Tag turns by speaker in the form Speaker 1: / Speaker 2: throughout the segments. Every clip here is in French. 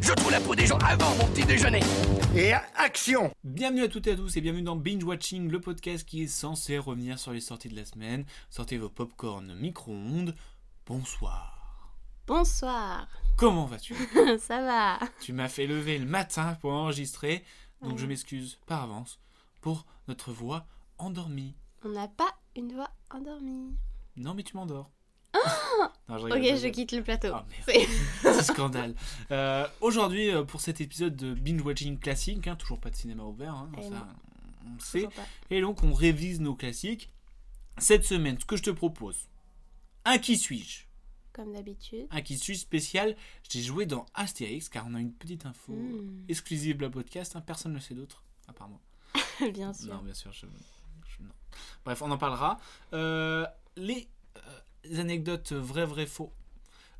Speaker 1: Je trouve la peau des gens avant mon petit déjeuner.
Speaker 2: Et action
Speaker 3: Bienvenue à toutes et à tous et bienvenue dans Binge Watching, le podcast qui est censé revenir sur les sorties de la semaine. Sortez vos popcorn micro-ondes. Bonsoir.
Speaker 4: Bonsoir.
Speaker 3: Comment vas-tu
Speaker 4: Ça va.
Speaker 3: Tu m'as fait lever le matin pour enregistrer, donc
Speaker 4: Ouais.
Speaker 3: je m'excuse par avance pour notre voix endormie.
Speaker 4: On n'a pas une voix endormie.
Speaker 3: Non mais tu m'endors. non, je
Speaker 4: Ah Ok,
Speaker 3: rigole, je
Speaker 4: je
Speaker 3: rigole.
Speaker 4: quitte le plateau.
Speaker 3: Ah, merde.
Speaker 4: C'est-
Speaker 3: C'est scandale. Euh, Aujourd'hui, euh, pour cet épisode de binge watching classique, hein, toujours pas de cinéma ouvert, hein,
Speaker 4: Eh
Speaker 3: ça,
Speaker 4: non.
Speaker 3: on le sait.
Speaker 4: Pourquoi pas.
Speaker 3: Et donc, on révise nos classiques. Cette semaine, ce que je te propose, un qui suis-je
Speaker 4: Comme d'habitude.
Speaker 3: Un qui suis-je spécial. J'ai joué dans Astérix car on a une petite info
Speaker 4: Hmm.
Speaker 3: exclusive à podcast. hein, personne ne le sait d'autre, à part moi.
Speaker 4: Bien sûr.
Speaker 3: Non, bien sûr, je. je- non. Bref, on en parlera. Euh, les euh, anecdotes vrai, vrai, faux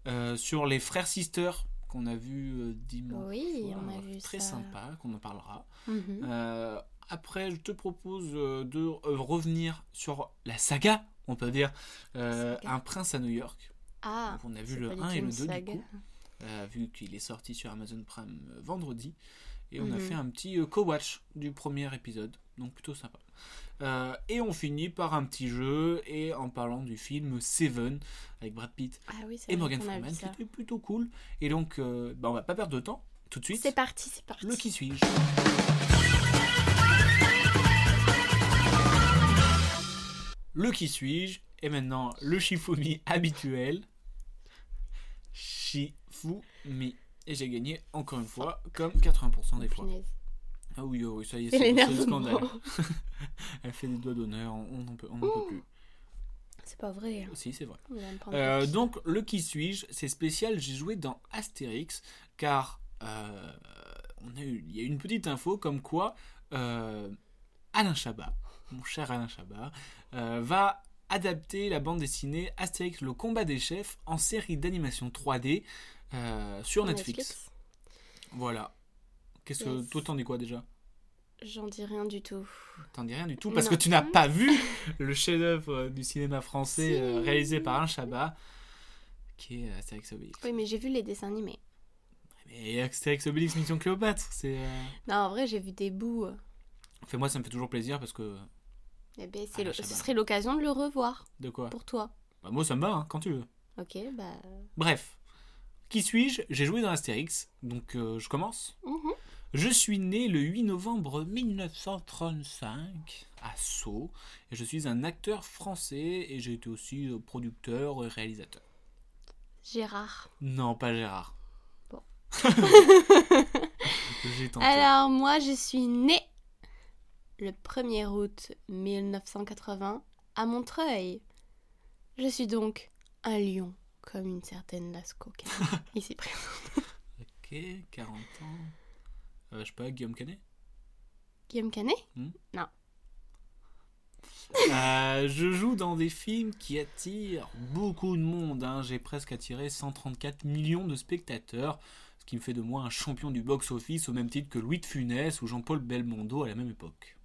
Speaker 3: euh, sur les frères sisters qu'on a vu euh, dimanche.
Speaker 4: Oui,
Speaker 3: soir.
Speaker 4: on a vu
Speaker 3: Très
Speaker 4: ça.
Speaker 3: sympa, qu'on en parlera.
Speaker 4: Mhm.
Speaker 3: Euh, après, je te propose euh, de euh, revenir sur la saga, on peut dire, euh,
Speaker 4: Saga.
Speaker 3: Un prince à New York.
Speaker 4: Ah,
Speaker 3: Donc, on a vu
Speaker 4: c'est
Speaker 3: le
Speaker 4: pas du
Speaker 3: 1
Speaker 4: tout
Speaker 3: et le
Speaker 4: une
Speaker 3: 2 du
Speaker 4: saga.
Speaker 3: coup, euh, vu qu'il est sorti sur Amazon Prime euh, vendredi. Et on a
Speaker 4: Mhm.
Speaker 3: fait un petit euh, co-watch du premier épisode, donc plutôt sympa. Euh, et on finit par un petit jeu et en parlant du film Seven avec Brad Pitt
Speaker 4: Ah oui, c'est
Speaker 3: et
Speaker 4: vrai
Speaker 3: Morgan
Speaker 4: qu'on a vu
Speaker 3: Freeman, qui
Speaker 4: ça.
Speaker 3: était plutôt cool. Et donc, euh, bah, on va pas perdre de temps, tout de suite.
Speaker 4: C'est parti, c'est parti.
Speaker 3: Le qui suis-je Le qui suis-je Et maintenant le Shifumi habituel. Shifumi. Et j'ai gagné encore une fois, comme 80% des
Speaker 4: Oh,
Speaker 3: fois.
Speaker 4: punaise.
Speaker 3: Ah oui, oh oui, ça y est,
Speaker 4: C'est
Speaker 3: c'est c'est le
Speaker 4: l'énervement.
Speaker 3: scandale. Elle fait des doigts d'honneur, on n'en peut, on n'en peut plus.
Speaker 4: C'est pas vrai. hein.
Speaker 3: Si, c'est vrai.
Speaker 4: On va me prendre
Speaker 3: Euh,
Speaker 4: pour qui.
Speaker 3: donc, le qui suis-je, c'est spécial, j'ai joué dans Astérix, car euh, on a eu, il y a eu une petite info comme quoi euh, Alain Chabat, mon cher Alain Chabat, euh, va adapter la bande dessinée Astérix le combat des chefs en série d'animation 3D euh, sur
Speaker 4: Sur
Speaker 3: Netflix. Voilà. Qu'est-ce que
Speaker 4: Yes.
Speaker 3: toi t'en dis quoi déjà
Speaker 4: J'en dis rien du tout.
Speaker 3: T'en dis rien du tout parce
Speaker 4: Non.
Speaker 3: que tu n'as pas vu le chef-d'œuvre euh, du cinéma français
Speaker 4: Si.
Speaker 3: euh, réalisé par Alain Chabat, qui est euh, Astérix et Obélix.
Speaker 4: Oui, mais j'ai vu les dessins animés.
Speaker 3: Mais Astérix Obélix Mission Cléopâtre, c'est. euh,
Speaker 4: Non, en vrai, j'ai vu des bouts.
Speaker 3: Enfin, moi, ça me fait toujours plaisir parce que.
Speaker 4: Eh ben, c'est
Speaker 3: Ah,
Speaker 4: le-
Speaker 3: là,
Speaker 4: ce
Speaker 3: ça va.
Speaker 4: serait l'occasion de le revoir
Speaker 3: De quoi
Speaker 4: pour toi.
Speaker 3: Bah, Moi, ça me va, hein, quand tu veux.
Speaker 4: Ok, bah.
Speaker 3: Bref. Qui suis-je J'ai joué dans Astérix, donc euh, je commence.
Speaker 4: mhm.
Speaker 3: Je suis né le 8 novembre 1935 à Sceaux et je suis un acteur français et j'ai été aussi euh, producteur et réalisateur.
Speaker 4: Gérard.
Speaker 3: Non, pas Gérard.
Speaker 4: Bon.
Speaker 3: J'ai tenté.
Speaker 4: Alors moi je suis née le 1er août 1980 à Montreuil. Je suis donc un lion comme une certaine Lasco qui est ici présente.
Speaker 3: Ok, 40 ans. Euh, je sais pas, Guillaume Canet
Speaker 4: Guillaume Canet
Speaker 3: Euh, je joue dans des films qui attirent beaucoup de monde. hein. J'ai presque attiré 134 millions de spectateurs, ce qui me fait de moi un champion du box-office au même titre que Louis de Funès ou Jean-Paul Belmondo à la même époque.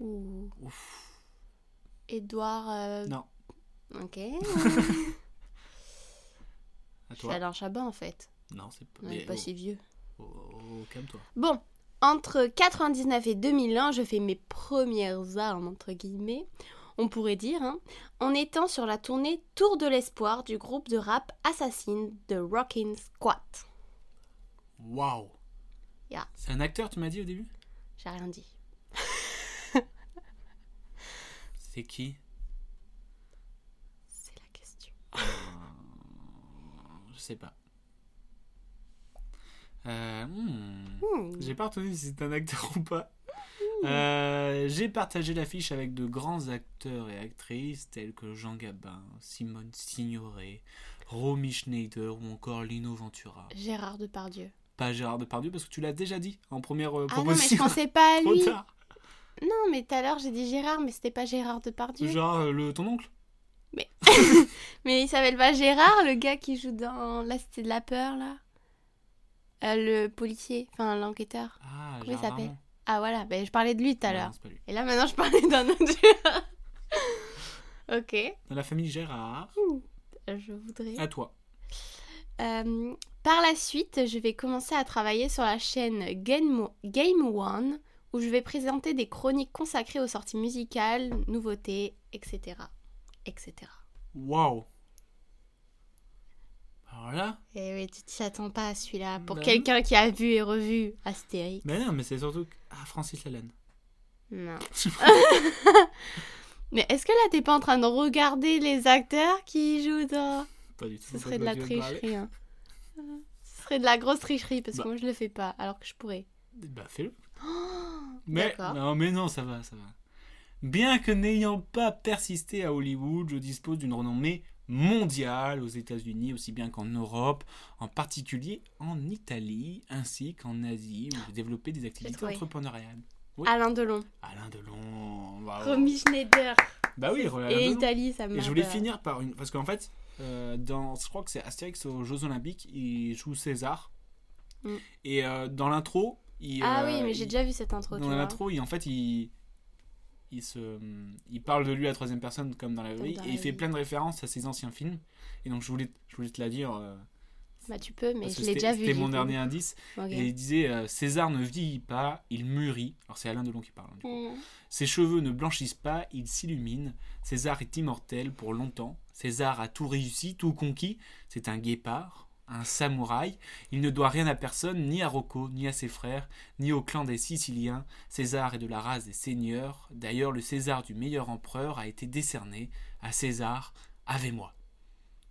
Speaker 4: ou
Speaker 3: Ouf.
Speaker 4: Édouard euh,
Speaker 3: Non,
Speaker 4: OK.
Speaker 3: à
Speaker 4: C'est
Speaker 3: toi.
Speaker 4: Alain Chabat en fait.
Speaker 3: Non, c'est pas.
Speaker 4: On
Speaker 3: mais
Speaker 4: n'est pas
Speaker 3: oh,
Speaker 4: si vieux.
Speaker 3: oh, oh, calme-toi.
Speaker 4: Bon, entre 99 et 2001, je fais mes premières armes, entre guillemets, on pourrait dire, hein, en étant sur la tournée Tour de l'Espoir du groupe de rap Assassin de Rockin' Squat.
Speaker 3: Waouh.
Speaker 4: Yeah.
Speaker 3: C'est un acteur, tu m'as dit au début
Speaker 4: J'ai rien dit.
Speaker 3: C'est qui
Speaker 4: C'est la question.
Speaker 3: Je sais pas. Euh, hmm.
Speaker 4: Hmm.
Speaker 3: J'ai pas retenu si c'est un acteur ou pas. Euh, J'ai partagé l'affiche avec de grands acteurs et actrices tels que Jean Gabin, Simone Signoret, Romy Schneider ou encore Lino Ventura.
Speaker 4: Gérard Depardieu.
Speaker 3: Pas Gérard Depardieu parce que tu l'as déjà dit en première euh,
Speaker 4: Ah non, mais
Speaker 3: proposition.
Speaker 4: je pensais pas à
Speaker 3: Trop
Speaker 4: lui.
Speaker 3: tard.
Speaker 4: Non, mais tout à l'heure j'ai dit Gérard, mais c'était pas Gérard Depardieu.
Speaker 3: Genre euh, le, ton oncle
Speaker 4: Mais, mais il s'appelle pas Gérard, le gars qui joue dans La Cité de la Peur, là Euh, Le policier, enfin l'enquêteur.
Speaker 3: Ah,
Speaker 4: Comment il
Speaker 3: Gérard
Speaker 4: s'appelle
Speaker 3: Darmon.
Speaker 4: Ah voilà, ben, je parlais de lui tout à
Speaker 3: Non,
Speaker 4: l'heure.
Speaker 3: c'est pas lui.
Speaker 4: Et là maintenant je parlais d'un autre Gérard. ok,
Speaker 3: Dans la famille Gérard.
Speaker 4: je voudrais...
Speaker 3: À toi.
Speaker 4: Euh, par la suite, je vais commencer à travailler sur la chaîne Game, Game One, où je vais présenter des chroniques consacrées aux sorties musicales, nouveautés, etc. etc.
Speaker 3: Waouh. Alors là.
Speaker 4: Et Eh oui, tu t'y attends pas à celui-là, pour
Speaker 3: Bah non.
Speaker 4: quelqu'un qui a vu et revu Astérix.
Speaker 3: Mais non, mais c'est surtout. que- Ah, Francis Lalanne.
Speaker 4: Non. Mais est-ce que là, t'es pas en train de regarder les acteurs qui jouent dans...
Speaker 3: Pas du tout.
Speaker 4: Ce
Speaker 3: pas
Speaker 4: serait de
Speaker 3: quoi
Speaker 4: la
Speaker 3: tu veux me parler.
Speaker 4: tricherie, hein. Euh, Ce serait de la grosse tricherie, parce que
Speaker 3: Bah.
Speaker 4: moi, je le fais pas, alors que je pourrais.
Speaker 3: Bah fais-le. mais
Speaker 4: d'accord.
Speaker 3: non, mais non, ça va, ça va. Bien que n'ayant pas persisté à Hollywood, je dispose d'une renommée mondiale aux États-Unis, aussi bien qu'en Europe, en particulier en Italie, ainsi qu'en Asie, où j'ai développé des activités
Speaker 4: trouvé.
Speaker 3: entrepreneuriales. Oui.
Speaker 4: Alain Delon,
Speaker 3: Alain Delon, bravo.
Speaker 4: Romy Schneider,
Speaker 3: Bah oui, Alain
Speaker 4: et
Speaker 3: Delon.
Speaker 4: Italie, ça
Speaker 3: Et
Speaker 4: me
Speaker 3: je
Speaker 4: marque,
Speaker 3: voulais
Speaker 4: euh,
Speaker 3: finir par une. Parce qu'en fait, euh, dans... je crois que c'est Astérix aux Jeux Olympiques, il joue César.
Speaker 4: Mm.
Speaker 3: Et euh, dans l'intro, il.
Speaker 4: Ah
Speaker 3: euh,
Speaker 4: oui, mais j'ai
Speaker 3: il-
Speaker 4: déjà vu cette intro. tu
Speaker 3: Dans
Speaker 4: vois.
Speaker 3: l'intro, il- en fait, il. Il, se, il parle de lui à la troisième personne comme dans la
Speaker 4: Comme
Speaker 3: vie
Speaker 4: dans
Speaker 3: et
Speaker 4: la
Speaker 3: il fait
Speaker 4: vie.
Speaker 3: plein de références à ses anciens films et donc je voulais, je voulais te la dire euh,
Speaker 4: Bah tu peux, mais
Speaker 3: parce
Speaker 4: je
Speaker 3: que
Speaker 4: l'ai
Speaker 3: c'était
Speaker 4: déjà vu.
Speaker 3: c'était
Speaker 4: du
Speaker 3: mon
Speaker 4: coup.
Speaker 3: dernier indice
Speaker 4: Ok.
Speaker 3: et il disait euh, César ne vieillit pas il mûrit alors c'est Alain Delon qui parle hein, du coup.
Speaker 4: Mm.
Speaker 3: Ses cheveux ne blanchissent pas, il s'illumine. César est immortel pour longtemps. César a tout réussi, tout conquis. C'est un guépard, un samouraï. Il ne doit rien à personne, ni à Rocco, ni à ses frères, ni au clan des Siciliens. César est de la race des seigneurs. D'ailleurs, le César du meilleur empereur a été décerné à César avec moi.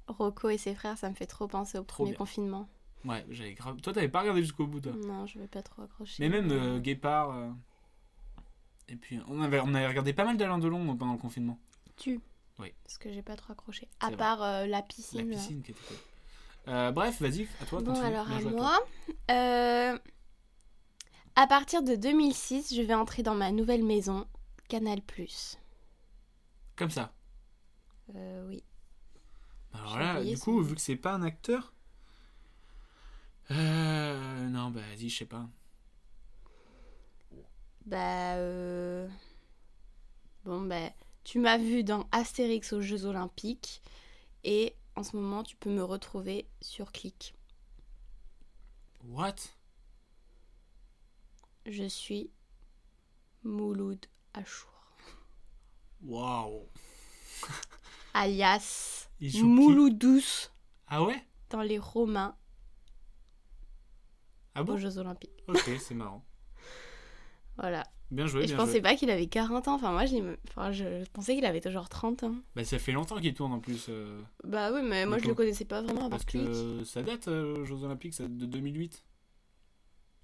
Speaker 4: Rocco et ses frères, ça me fait trop penser au
Speaker 3: Trop
Speaker 4: premier
Speaker 3: bien.
Speaker 4: confinement.
Speaker 3: Ouais, j'avais grave. Toi, t'avais pas regardé jusqu'au bout, toi.
Speaker 4: Non, je vais pas trop accrocher.
Speaker 3: Mais même euh, Guépard. euh, Et puis, on avait, on avait regardé pas mal d'Alain Delon pendant le confinement.
Speaker 4: Tu.
Speaker 3: Oui.
Speaker 4: Parce que j'ai pas trop accroché. À
Speaker 3: vrai.
Speaker 4: part euh, la
Speaker 3: La
Speaker 4: piscine. là.
Speaker 3: piscine qui était cool. Euh, bref, vas-y, à toi.
Speaker 4: Bon,
Speaker 3: continue.
Speaker 4: alors
Speaker 3: Bien
Speaker 4: à
Speaker 3: joué toi.
Speaker 4: moi. Euh, à partir de 2006, je vais entrer dans ma nouvelle maison, Canal+.
Speaker 3: Comme ça.
Speaker 4: Euh, oui.
Speaker 3: Alors
Speaker 4: J'ai
Speaker 3: là,
Speaker 4: oublié
Speaker 3: du
Speaker 4: son
Speaker 3: coup,
Speaker 4: nom.
Speaker 3: vu que c'est pas un acteur. Euh, non, bah vas-y, je sais pas.
Speaker 4: Bah. euh, Bon, bah, tu m'as vu dans Astérix aux Jeux Olympiques. Et en ce moment, tu peux me retrouver sur Click.
Speaker 3: What
Speaker 4: Je suis Mouloud Achour.
Speaker 3: Waouh
Speaker 4: Alias
Speaker 3: Il joue qui
Speaker 4: Mouloudous
Speaker 3: Ah ouais
Speaker 4: dans les Romains
Speaker 3: Ah
Speaker 4: aux
Speaker 3: bon
Speaker 4: Jeux Olympiques.
Speaker 3: Ok, c'est marrant.
Speaker 4: Voilà.
Speaker 3: Bien joué,
Speaker 4: et je
Speaker 3: bien
Speaker 4: pensais
Speaker 3: joué.
Speaker 4: pas qu'il avait 40 ans. Enfin, moi, je, l'ai- enfin, je pensais qu'il avait toujours 30 ans.
Speaker 3: Bah ça fait longtemps qu'il tourne en plus. euh,
Speaker 4: Bah oui, mais moi, je
Speaker 3: D'accord.
Speaker 4: le connaissais pas vraiment à part
Speaker 3: parce
Speaker 4: Click.
Speaker 3: que ça date, euh, aux Jeux Olympiques, ça date de 2008.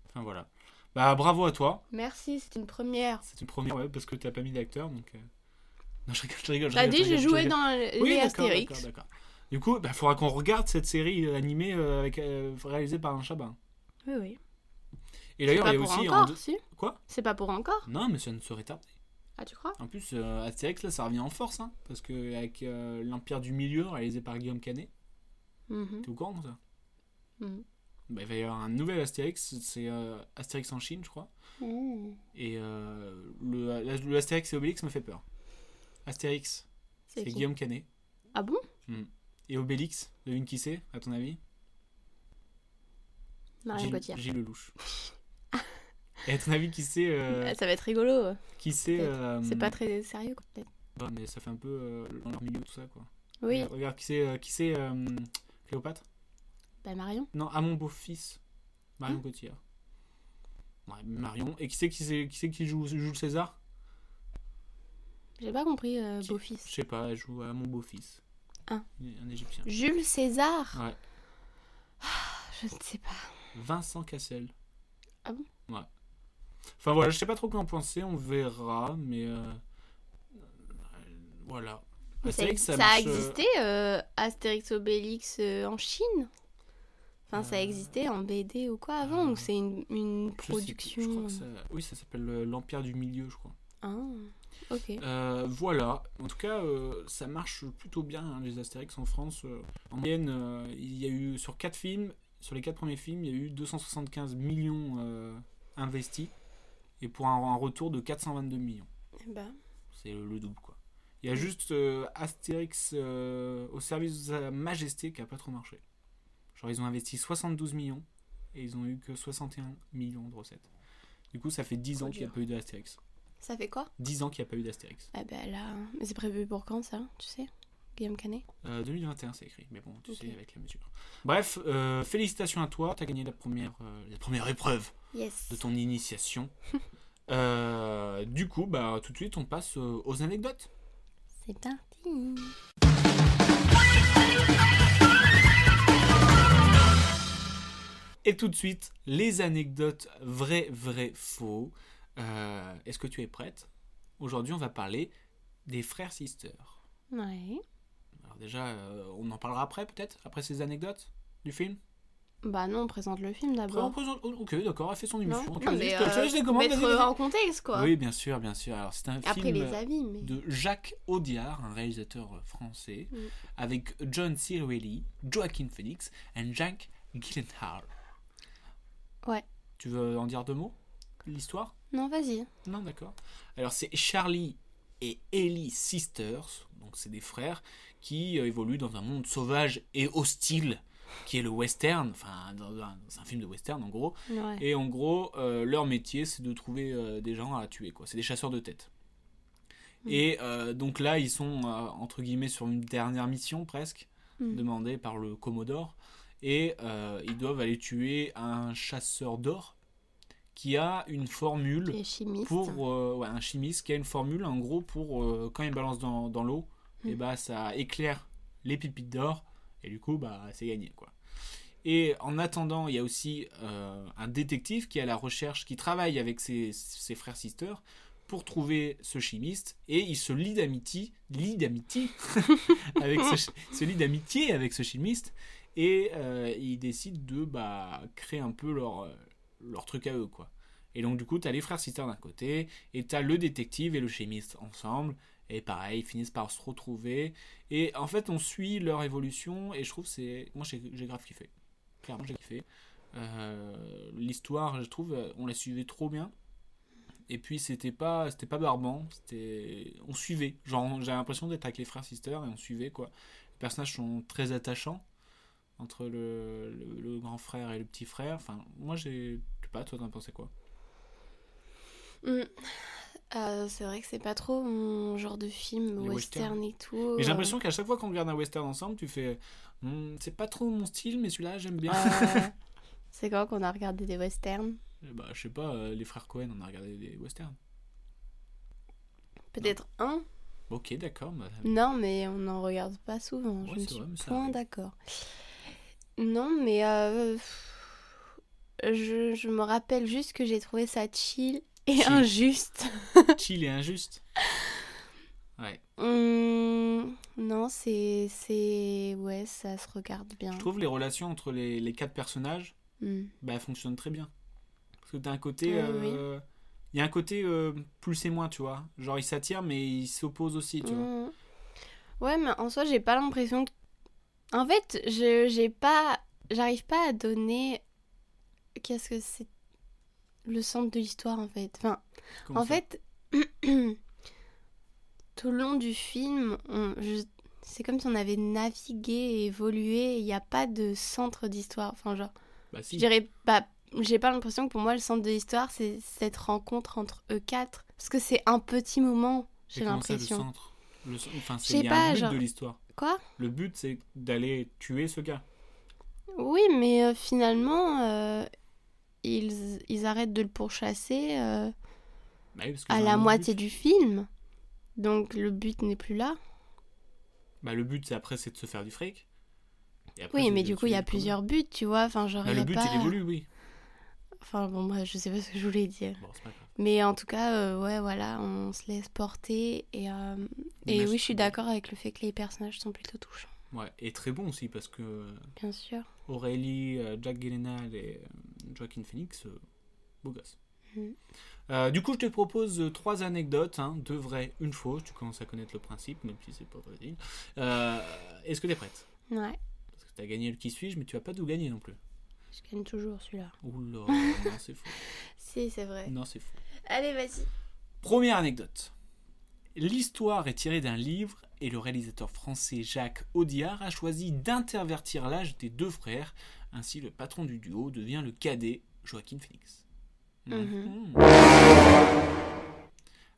Speaker 3: Enfin voilà. Bah bravo à toi.
Speaker 4: Merci, c'est une première.
Speaker 3: C'est une première, ouais, parce que t'as pas mis d'acteur, donc... euh, Non, je rigole, je rigole. je
Speaker 4: T'as
Speaker 3: rigole, je
Speaker 4: dit, j'ai
Speaker 3: rigole, je
Speaker 4: joué
Speaker 3: rigole.
Speaker 4: dans les
Speaker 3: Oui, d'accord, d'accord,
Speaker 4: Astérix.
Speaker 3: d'accord. Du coup, il faudra qu'on regarde cette série euh, animée euh, avec, euh, réalisée par un Chabat.
Speaker 4: Oui, oui.
Speaker 3: Et d'ailleurs, il
Speaker 4: pas
Speaker 3: y a
Speaker 4: pour
Speaker 3: aussi... en
Speaker 4: encore,
Speaker 3: deux-
Speaker 4: si
Speaker 3: Quoi
Speaker 4: C'est pas pour encore
Speaker 3: Non, mais ça ne serait tardé.
Speaker 4: Ah, tu crois
Speaker 3: En plus, euh, Astérix, là, ça revient en force, hein, parce que avec euh, l'Empire du Milieu, réalisé par Guillaume Canet,
Speaker 4: Mhm,
Speaker 3: t'es au courant, ça
Speaker 4: mhm.
Speaker 3: Bah, Il va y avoir un nouvel Astérix, c'est euh, Astérix en Chine, je crois. Et euh, le, la- le Astérix et Obélix me fait peur. Astérix,
Speaker 4: C'est
Speaker 3: c'est
Speaker 4: qui
Speaker 3: Guillaume Canet.
Speaker 4: Ah bon
Speaker 3: Et Obélix, devine qui c'est, à ton avis
Speaker 4: Marion Cotillard.
Speaker 3: Gilles, Gilles Lelouch. Et à ton avis, qui c'est euh,
Speaker 4: Ah, Ça va être rigolo.
Speaker 3: Qui c'est
Speaker 4: peut-être.
Speaker 3: euh,
Speaker 4: C'est pas très sérieux, quoi, peut-être.
Speaker 3: bon, mais ça fait un peu euh, dans leur milieu, tout ça, quoi.
Speaker 4: Oui,
Speaker 3: Regarde, regarde, qui c'est euh, qui c'est euh, Cléopâtre
Speaker 4: bah Marion.
Speaker 3: Non, à mon beau-fils. Marion
Speaker 4: Hein
Speaker 3: Cotillard. Ouais, Marion. Et qui c'est qui, c'est- qui, c'est qui joue, joue le César
Speaker 4: J'ai pas compris, euh,
Speaker 3: Qui- Je
Speaker 4: beau-fils.
Speaker 3: sais pas, elle joue à mon beau-fils.
Speaker 4: Ah.
Speaker 3: Un Égyptien.
Speaker 4: Jules César Ah,
Speaker 3: Ouais.
Speaker 4: Je ne sais pas.
Speaker 3: Vincent Cassel.
Speaker 4: Ah bon
Speaker 3: Ouais. Enfin voilà, je sais pas trop quoi en penser, on verra, mais euh, euh, voilà. Ah,
Speaker 4: Mais ça,
Speaker 3: Astérix,
Speaker 4: ça a
Speaker 3: marche, euh,
Speaker 4: existé, euh, Astérix Obélix euh, en Chine Enfin, ça a
Speaker 3: Euh,
Speaker 4: existé en BD ou quoi avant
Speaker 3: euh,
Speaker 4: Ou c'est une, une
Speaker 3: je sais plus, je
Speaker 4: production
Speaker 3: crois que ça- Oui, ça s'appelle euh, l'Empire du Milieu, je crois.
Speaker 4: Ah, ok.
Speaker 3: Euh, voilà. En tout cas, euh, ça marche plutôt bien, hein, les Astérix en France. Euh, en moyenne, euh, il y a eu, sur quatre films, sur les quatre premiers films, il y a eu 275 millions euh, investis. Et pour un, un retour de 422 millions.
Speaker 4: Bah,
Speaker 3: C'est le, le double, quoi. Il y a juste euh, Astérix euh, au service de sa majesté qui a pas trop marché. Genre, ils ont investi 72 millions et ils ont eu que 61 millions de recettes. Du coup, ça fait 10
Speaker 4: Trop
Speaker 3: ans qu'il n'y a
Speaker 4: dur.
Speaker 3: pas eu d'Astérix.
Speaker 4: ça fait quoi
Speaker 3: 10 ans qu'il n'y a pas eu d'Astérix.
Speaker 4: Ah bah là, hein. mais c'est prévu pour quand ça, tu sais Guillaume Canet
Speaker 3: Euh, 2021, c'est écrit, mais bon, tu
Speaker 4: Ok.
Speaker 3: sais, avec la mesure. Bref, euh, félicitations à toi, t'as gagné la première, euh, la première épreuve
Speaker 4: Yes.
Speaker 3: de ton initiation. Euh, du coup, bah, tout de suite, on passe euh, aux anecdotes.
Speaker 4: C'est parti.
Speaker 3: Et tout de suite, les anecdotes vrai, vrai, faux. Euh, Est-ce que tu es prête Aujourd'hui, on va parler des frères sisters.
Speaker 4: Ouais.
Speaker 3: Alors déjà, euh, on en parlera après, peut-être, après ces anecdotes du film
Speaker 4: Bah non, on présente le film
Speaker 3: On
Speaker 4: d'abord.
Speaker 3: présente- Ok, d'accord, elle fait son émission. Ok,
Speaker 4: non
Speaker 3: vas-y,
Speaker 4: mais
Speaker 3: je te- je te
Speaker 4: euh,
Speaker 3: laisse les commandes,
Speaker 4: mettre
Speaker 3: vas-y, vas-y.
Speaker 4: en contexte quoi.
Speaker 3: Oui, bien sûr, bien sûr. Alors, c'est un
Speaker 4: Après
Speaker 3: film
Speaker 4: les avis, mais.
Speaker 3: de Jacques Audiard, un réalisateur euh, français,
Speaker 4: Oui.
Speaker 3: avec John Cirwelli, Joaquin Phoenix et Jack Gyllenhaal.
Speaker 4: Ouais.
Speaker 3: Tu veux en dire deux mots L'histoire
Speaker 4: Non, vas-y.
Speaker 3: Non, d'accord. Alors, c'est Charlie et Ellie Sisters, donc c'est des frères, qui euh, évoluent dans un monde sauvage et hostile, qui est le western, enfin, dans un- c'est un film de western en gros,
Speaker 4: Ouais.
Speaker 3: et en gros, euh, leur métier, c'est de trouver euh, des gens à tuer, quoi. C'est des chasseurs de tête.
Speaker 4: Mm.
Speaker 3: Et euh, donc là, ils sont, euh, entre guillemets, sur une dernière mission, presque,
Speaker 4: Mm.
Speaker 3: demandée par le Commodore. Et euh, ils doivent aller tuer un chasseur d'or qui a une formule
Speaker 4: Et chimiste.
Speaker 3: pour... euh, ouais, un chimiste qui a une formule, en gros, pour euh, quand il balance dans, dans l'eau,
Speaker 4: Mm.
Speaker 3: et bah ça éclaire les pépites d'or, et du coup, bah c'est gagné, quoi. Et en attendant, il y a aussi euh, un détective qui est à la recherche, qui travaille avec ses, ses frères sisters pour trouver ce chimiste. Et il se lie d'amitié, lie d'amitié avec ce, chi- se lie d'amitié avec ce chimiste. Et euh, ils décident de bah, créer un peu leur, euh, leur truc à eux, quoi. Et donc du coup, t'as les frères sisters d'un côté, et t'as le détective et le chimiste ensemble. Et pareil, ils finissent par se retrouver. Et en fait, on suit leur évolution. Et je trouve que c'est. Moi, j'ai j'ai grave kiffé clairement j'ai kiffé. Euh, L'histoire, je trouve, euh, on la suivait trop bien. Et puis c'était pas, c'était pas barbant, c'était, on suivait. Genre j'ai l'impression d'être avec les frères sisters et on suivait quoi. Les personnages sont très attachants entre le, le- le grand frère et le petit frère. Enfin, moi j'ai, je sais pas, toi t'en pensais quoi
Speaker 4: Mm. Euh, c'est vrai que c'est pas trop mon genre de film
Speaker 3: Les
Speaker 4: western et tout.
Speaker 3: Mais j'ai
Speaker 4: euh.
Speaker 3: l'impression qu'à chaque fois qu'on regarde un western ensemble, tu fais, Hmm, c'est pas trop mon style, mais celui-là j'aime bien.
Speaker 4: Euh, c'est quand qu'on a regardé des westerns
Speaker 3: Bah je sais pas, euh, les frères Cohen, on a regardé des westerns.
Speaker 4: Peut-être un
Speaker 3: Ah Ok, d'accord. bah,
Speaker 4: Non, mais on n'en regarde pas souvent.
Speaker 3: Ouais,
Speaker 4: je ne
Speaker 3: c'est
Speaker 4: suis
Speaker 3: vrai, mais ça
Speaker 4: point
Speaker 3: arrive.
Speaker 4: d'accord. Non, mais euh, je, je me rappelle juste que j'ai trouvé ça chill et
Speaker 3: Chill.
Speaker 4: injuste.
Speaker 3: chill et injuste. Ouais.
Speaker 4: Hum, non, c'est, c'est. Ouais, ça se regarde bien.
Speaker 3: Je trouve les relations entre les, les quatre personnages,
Speaker 4: Hum.
Speaker 3: bah, elles fonctionnent très bien. Parce que t'as un côté.
Speaker 4: Ouais,
Speaker 3: euh, Il y a un côté euh, plus et moins, tu vois. Genre, ils s'attirent, mais ils s'opposent aussi, tu vois.
Speaker 4: Hum. Ouais, mais en soi, j'ai pas l'impression que. En fait, je, j'ai pas. J'arrive pas à donner. Qu'est-ce que c'est le centre de l'histoire en fait. Enfin,
Speaker 3: Comment
Speaker 4: en
Speaker 3: ça
Speaker 4: fait, tout le long du film, on- je- c'est comme si on avait navigué et évolué. Il n'y a pas de centre d'histoire. Enfin, genre,
Speaker 3: Bah, si.
Speaker 4: je dirais, bah, j'ai pas l'impression que pour moi, le centre de l'histoire, c'est cette rencontre entre eux quatre. Parce que c'est un petit moment,
Speaker 3: Mais
Speaker 4: j'ai
Speaker 3: comment ça, Le
Speaker 4: l'impression.
Speaker 3: centre. Le cen- enfin,
Speaker 4: Je
Speaker 3: c'est
Speaker 4: sais
Speaker 3: il y a
Speaker 4: pas,
Speaker 3: un but
Speaker 4: genre-
Speaker 3: de l'histoire.
Speaker 4: Quoi
Speaker 3: Le but, c'est d'aller tuer ce gars.
Speaker 4: Oui, mais euh, finalement, euh, ils, ils arrêtent de le pourchasser euh,
Speaker 3: Bah oui, parce que
Speaker 4: à
Speaker 3: c'est un
Speaker 4: la
Speaker 3: autre
Speaker 4: moitié
Speaker 3: but.
Speaker 4: du film. Donc le but n'est plus là.
Speaker 3: Bah, le but, c'est après, c'est de se faire du fric. Et après,
Speaker 4: Oui,
Speaker 3: c'est
Speaker 4: mais
Speaker 3: de
Speaker 4: du coup, il y a
Speaker 3: tuer tout le monde.
Speaker 4: plusieurs buts, tu vois. Enfin, genre,
Speaker 3: Bah,
Speaker 4: il y
Speaker 3: le
Speaker 4: a
Speaker 3: but,
Speaker 4: pas...
Speaker 3: il évolue, oui.
Speaker 4: Enfin, bon, moi, je sais pas ce que je voulais dire.
Speaker 3: Bon, c'est pas grave.
Speaker 4: Mais en tout cas, euh, ouais, voilà, on se laisse porter. Et, euh, et
Speaker 3: Dommage,
Speaker 4: oui, je suis
Speaker 3: c'est bon.
Speaker 4: d'accord avec le fait que les personnages sont plutôt touchants,
Speaker 3: Ouais, et très bon aussi, parce que.
Speaker 4: bien sûr.
Speaker 3: Aurélie, euh, Jack Gyllenhaal et euh, Joaquin Phoenix, euh, beau gosse.
Speaker 4: Mhm.
Speaker 3: Euh, du coup, je te propose euh, trois anecdotes, hein, deux vraies, une fausse. Tu commences à connaître le principe, même si c'est pas facile. Euh, Est-ce que t'es prête
Speaker 4: Ouais,
Speaker 3: Parce que t'as gagné le qui suis-je, mais tu vas pas tout gagner non plus.
Speaker 4: je gagne toujours celui-là.
Speaker 3: Oula, non, c'est faux.
Speaker 4: Si, c'est vrai.
Speaker 3: Non, c'est faux.
Speaker 4: Allez, vas-y.
Speaker 3: Première anecdote. L'histoire est tirée d'un livre et le réalisateur français Jacques Audiard a choisi d'intervertir l'âge des deux frères. Ainsi, le patron du duo devient le cadet Joaquin Phoenix. Mhm.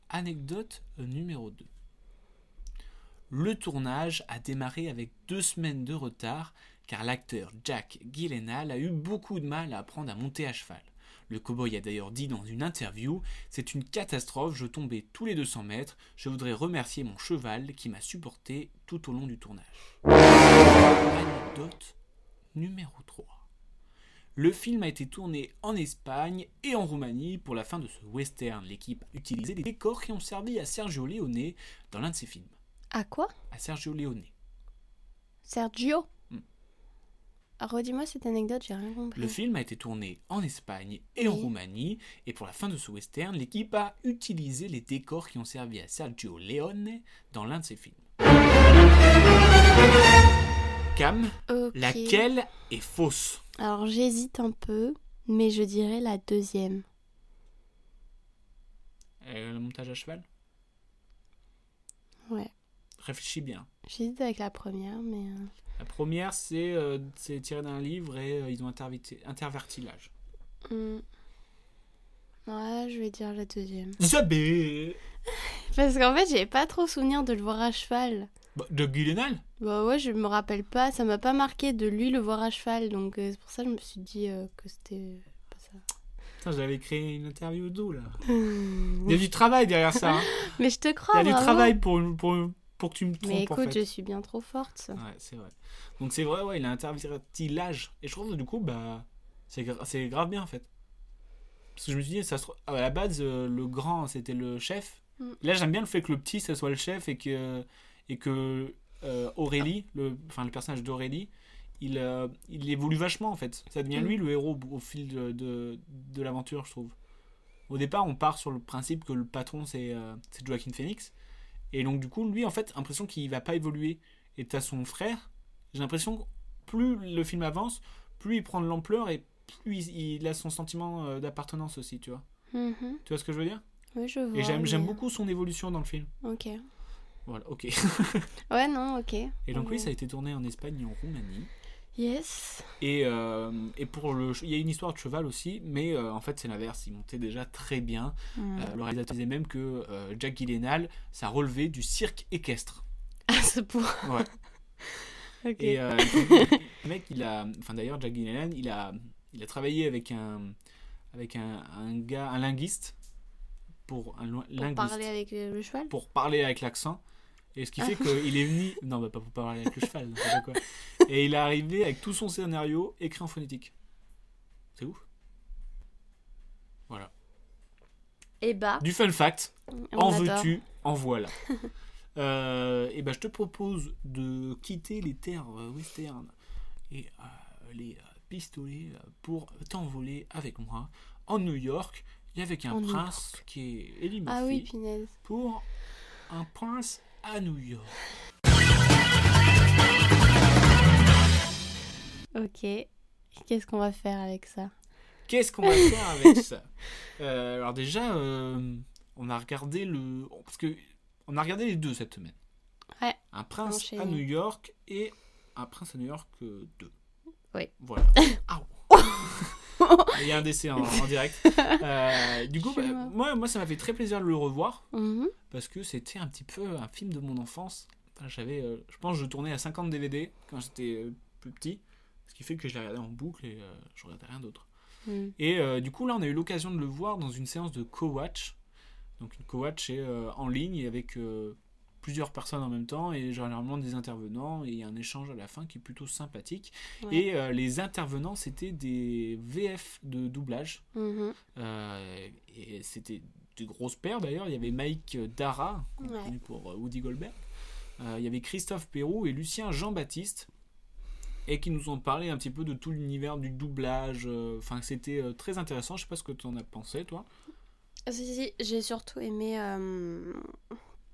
Speaker 3: Anecdote numéro 2. Le tournage a démarré avec deux semaines de retard car l'acteur Jack Gyllenhaal a eu beaucoup de mal à apprendre à monter à cheval. Le cowboy a d'ailleurs dit dans une interview C'est une catastrophe, je tombais tous les 200 mètres, je voudrais remercier mon cheval qui m'a supporté tout au long du tournage. Anecdote numéro 3. Le film a été tourné en Espagne et en Roumanie pour la fin de ce western. L'équipe a utilisé des décors qui ont servi à Sergio Leone dans l'un de ses films.
Speaker 4: À quoi
Speaker 3: À Sergio Leone.
Speaker 4: Sergio
Speaker 3: Hmm.
Speaker 4: Redis-moi cette anecdote, j'ai rien compris.
Speaker 3: Le film a été tourné en Espagne et en
Speaker 4: Oui.
Speaker 3: Roumanie, et pour la fin de ce western, l'équipe a utilisé les décors qui ont servi à Sergio Leone dans l'un de ses films. Cam,
Speaker 4: Ok.
Speaker 3: laquelle est fausse
Speaker 4: Alors j'hésite un peu, mais je dirais la deuxième.
Speaker 3: Euh, Le montage à cheval
Speaker 4: Ouais.
Speaker 3: Réfléchis bien.
Speaker 4: J'hésite avec la première, mais. euh,
Speaker 3: La première, c'est euh, c'est tiré d'un livre et euh, ils ont interverti, interverti l'âge.
Speaker 4: hmm. Ouais, je vais dire la deuxième.
Speaker 3: Isabelle
Speaker 4: Parce qu'en fait, j'ai pas trop souvenir de le voir à cheval.
Speaker 3: Bah, De Gyllenhaal
Speaker 4: Bah ouais, je me rappelle pas, ça m'a pas marqué de lui le voir à cheval, donc euh, c'est pour ça que je me suis dit euh, que c'était pas ça.
Speaker 3: Putain, j'avais créé une interview d'où là Il y a du travail derrière ça. hein.
Speaker 4: Mais je te
Speaker 3: Il y
Speaker 4: crois,
Speaker 3: a du
Speaker 4: Oh, bravo.
Speaker 3: travail pour, pour, pour que tu me trompes.
Speaker 4: Mais écoute,
Speaker 3: en fait.
Speaker 4: je suis bien trop forte.
Speaker 3: Ouais, c'est vrai. Donc c'est vrai, ouais, il a interverti l'âge. Et je trouve que du coup, bah, c'est gra- c'est grave bien en fait. Parce que je me suis dit, ça se trouve- à la base, euh, le grand, c'était le chef.
Speaker 4: Mm.
Speaker 3: Là, j'aime bien le fait que le petit, ça soit le chef et que, et que euh, Aurélie, le, enfin, le personnage d'Aurélie, il, euh, il évolue vachement en fait. Ça devient
Speaker 4: Mm.
Speaker 3: lui le héros au fil de, de, de l'aventure, je trouve. Au départ, on part sur le principe que le patron, c'est euh, c'est Joaquin Phoenix. Et donc, du coup, lui, en fait, impression qu'il va pas évoluer. Et t'as son frère. J'ai l'impression que plus le film avance, plus il prend de l'ampleur et plus il, il a son sentiment euh, d'appartenance aussi, tu vois.
Speaker 4: Mhm.
Speaker 3: Tu vois ce que je veux dire
Speaker 4: Oui, je vois.
Speaker 3: Et j'aime j'aime
Speaker 4: mais- euh,
Speaker 3: beaucoup son évolution dans le film.
Speaker 4: Ok.
Speaker 3: Voilà, ok.
Speaker 4: Ouais, non, ok.
Speaker 3: Et donc, oui,
Speaker 4: Ouais.
Speaker 3: ça a été tourné en Espagne et en Roumanie.
Speaker 4: Yes.
Speaker 3: Et, euh, et pour le, che- il y a une histoire de cheval aussi, mais euh, en fait c'est l'inverse. Il montait déjà très bien.
Speaker 4: Hmm.
Speaker 3: Euh, le réalisateur disait même que euh, Jack Gyllenhaal, ça relevait du cirque équestre.
Speaker 4: Ah, c'est pour.
Speaker 3: Ouais.
Speaker 4: ok.
Speaker 3: Et euh, le mec, il a, enfin d'ailleurs Jack Gyllenhaal, il a, il a travaillé avec un, avec un, un gars, un linguiste pour un lo-
Speaker 4: Pour
Speaker 3: linguiste
Speaker 4: parler avec le, le cheval
Speaker 3: pour parler avec l'accent. Et ce qui fait qu'il est venu, non, bah, pas pour parler avec le cheval, n'importe quoi. Et il est arrivé avec tout son scénario écrit en phonétique. C'est ouf.
Speaker 4: Et bah,
Speaker 3: Du fun fact,
Speaker 4: on
Speaker 3: en
Speaker 4: adore.
Speaker 3: veux-tu, en voilà. Euh, et ben je te propose de quitter les terres euh, western et euh, les euh, pistolets euh, pour t'envoler avec moi en New York et avec un
Speaker 4: En New
Speaker 3: prince qui est Eddie
Speaker 4: Ah
Speaker 3: Murphy
Speaker 4: oui, punaise.
Speaker 3: pour un prince à New York.
Speaker 4: Ok. Qu'est-ce qu'on va faire avec ça
Speaker 3: Qu'est-ce qu'on va faire avec ça Euh, Alors déjà, euh, on a regardé le, parce que on a regardé les deux cette semaine.
Speaker 4: Ouais.
Speaker 3: Un prince
Speaker 4: Enchaîné.
Speaker 3: à New York et un prince à New York 2.
Speaker 4: Oui.
Speaker 3: Voilà. Ah, Il y a un décès en, en direct. Euh, du coup,
Speaker 4: Je suis
Speaker 3: bah,
Speaker 4: morte.
Speaker 3: moi, moi, ça m'a fait très plaisir de le revoir
Speaker 4: Mhm.
Speaker 3: parce que c'était un petit peu un film de mon enfance. Enfin, J'avais, euh, je pense, que je tournais à 50 DVD quand j'étais euh, plus petit, ce qui fait que je l'ai regardé en boucle et euh, je regardais rien d'autre.
Speaker 4: Mm.
Speaker 3: Et euh, du coup, là, on a eu l'occasion de le voir dans une séance de co-watch. Donc, une co-watch est euh, en ligne et avec euh, plusieurs personnes en même temps et généralement des intervenants. Et il y a un échange à la fin qui est plutôt sympathique.
Speaker 4: Ouais.
Speaker 3: Et euh, les intervenants, c'était des VF de doublage.
Speaker 4: Mhm.
Speaker 3: Euh, et c'était des grosses paires d'ailleurs. Il y avait Mike Dara, qu'on
Speaker 4: Ouais.
Speaker 3: connaît pour euh, Woody Goldberg. Euh, il y avait Christophe Perrou et Lucien Jean-Baptiste. Et qui nous ont parlé un petit peu de tout l'univers du doublage. euh, Enfin, c'était euh, très intéressant. Je sais pas ce que tu en as pensé, toi.
Speaker 4: Ah, si, si, j'ai surtout aimé euh,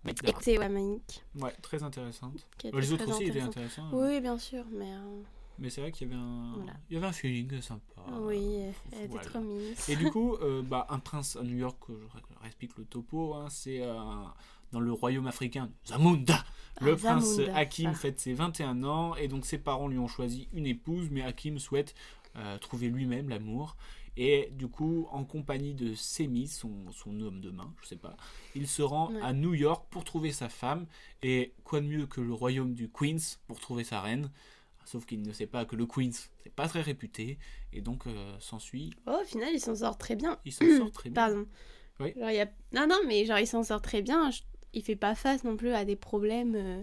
Speaker 3: D'accord.
Speaker 4: écouter Wamanik.
Speaker 3: Bah, Ouais, très intéressante.
Speaker 4: qui était
Speaker 3: Bah, les autres
Speaker 4: très
Speaker 3: aussi étaient
Speaker 4: intéressante.
Speaker 3: intéressants. hein.
Speaker 4: Oui, bien sûr, mais euh,
Speaker 3: Mais c'est vrai qu'il y avait un,
Speaker 4: Voilà.
Speaker 3: il y avait un feeling sympa.
Speaker 4: oui, elle était
Speaker 3: voilà.
Speaker 4: trop mignonne.
Speaker 3: Ah. Et du coup, euh, bah, un prince à New York, euh, je ré- réexplique le topo, hein, c'est euh, dans le royaume africain de Zamunda. Le
Speaker 4: Ah,
Speaker 3: prince
Speaker 4: Zamunda,
Speaker 3: Hakim
Speaker 4: ça.
Speaker 3: fête ses 21 ans et donc ses parents lui ont choisi une épouse, mais Hakim souhaite euh, trouver lui-même l'amour. Et du coup, en compagnie de Semi, son, son homme de main, je sais pas, il se rend
Speaker 4: Ouais.
Speaker 3: à New York pour trouver sa femme. Et quoi de mieux que le royaume du Queens pour trouver sa reine Sauf qu'il ne sait pas que le Queens, c'est pas très réputé. Et donc, euh, s'ensuit
Speaker 4: Oh, au final, il s'en sort très bien.
Speaker 3: il s'en sort très bien.
Speaker 4: Pardon.
Speaker 3: Oui.
Speaker 4: Genre, il y a... Non, non, mais genre, il s'en sort très bien. Je- Il fait pas face non plus à des problèmes euh,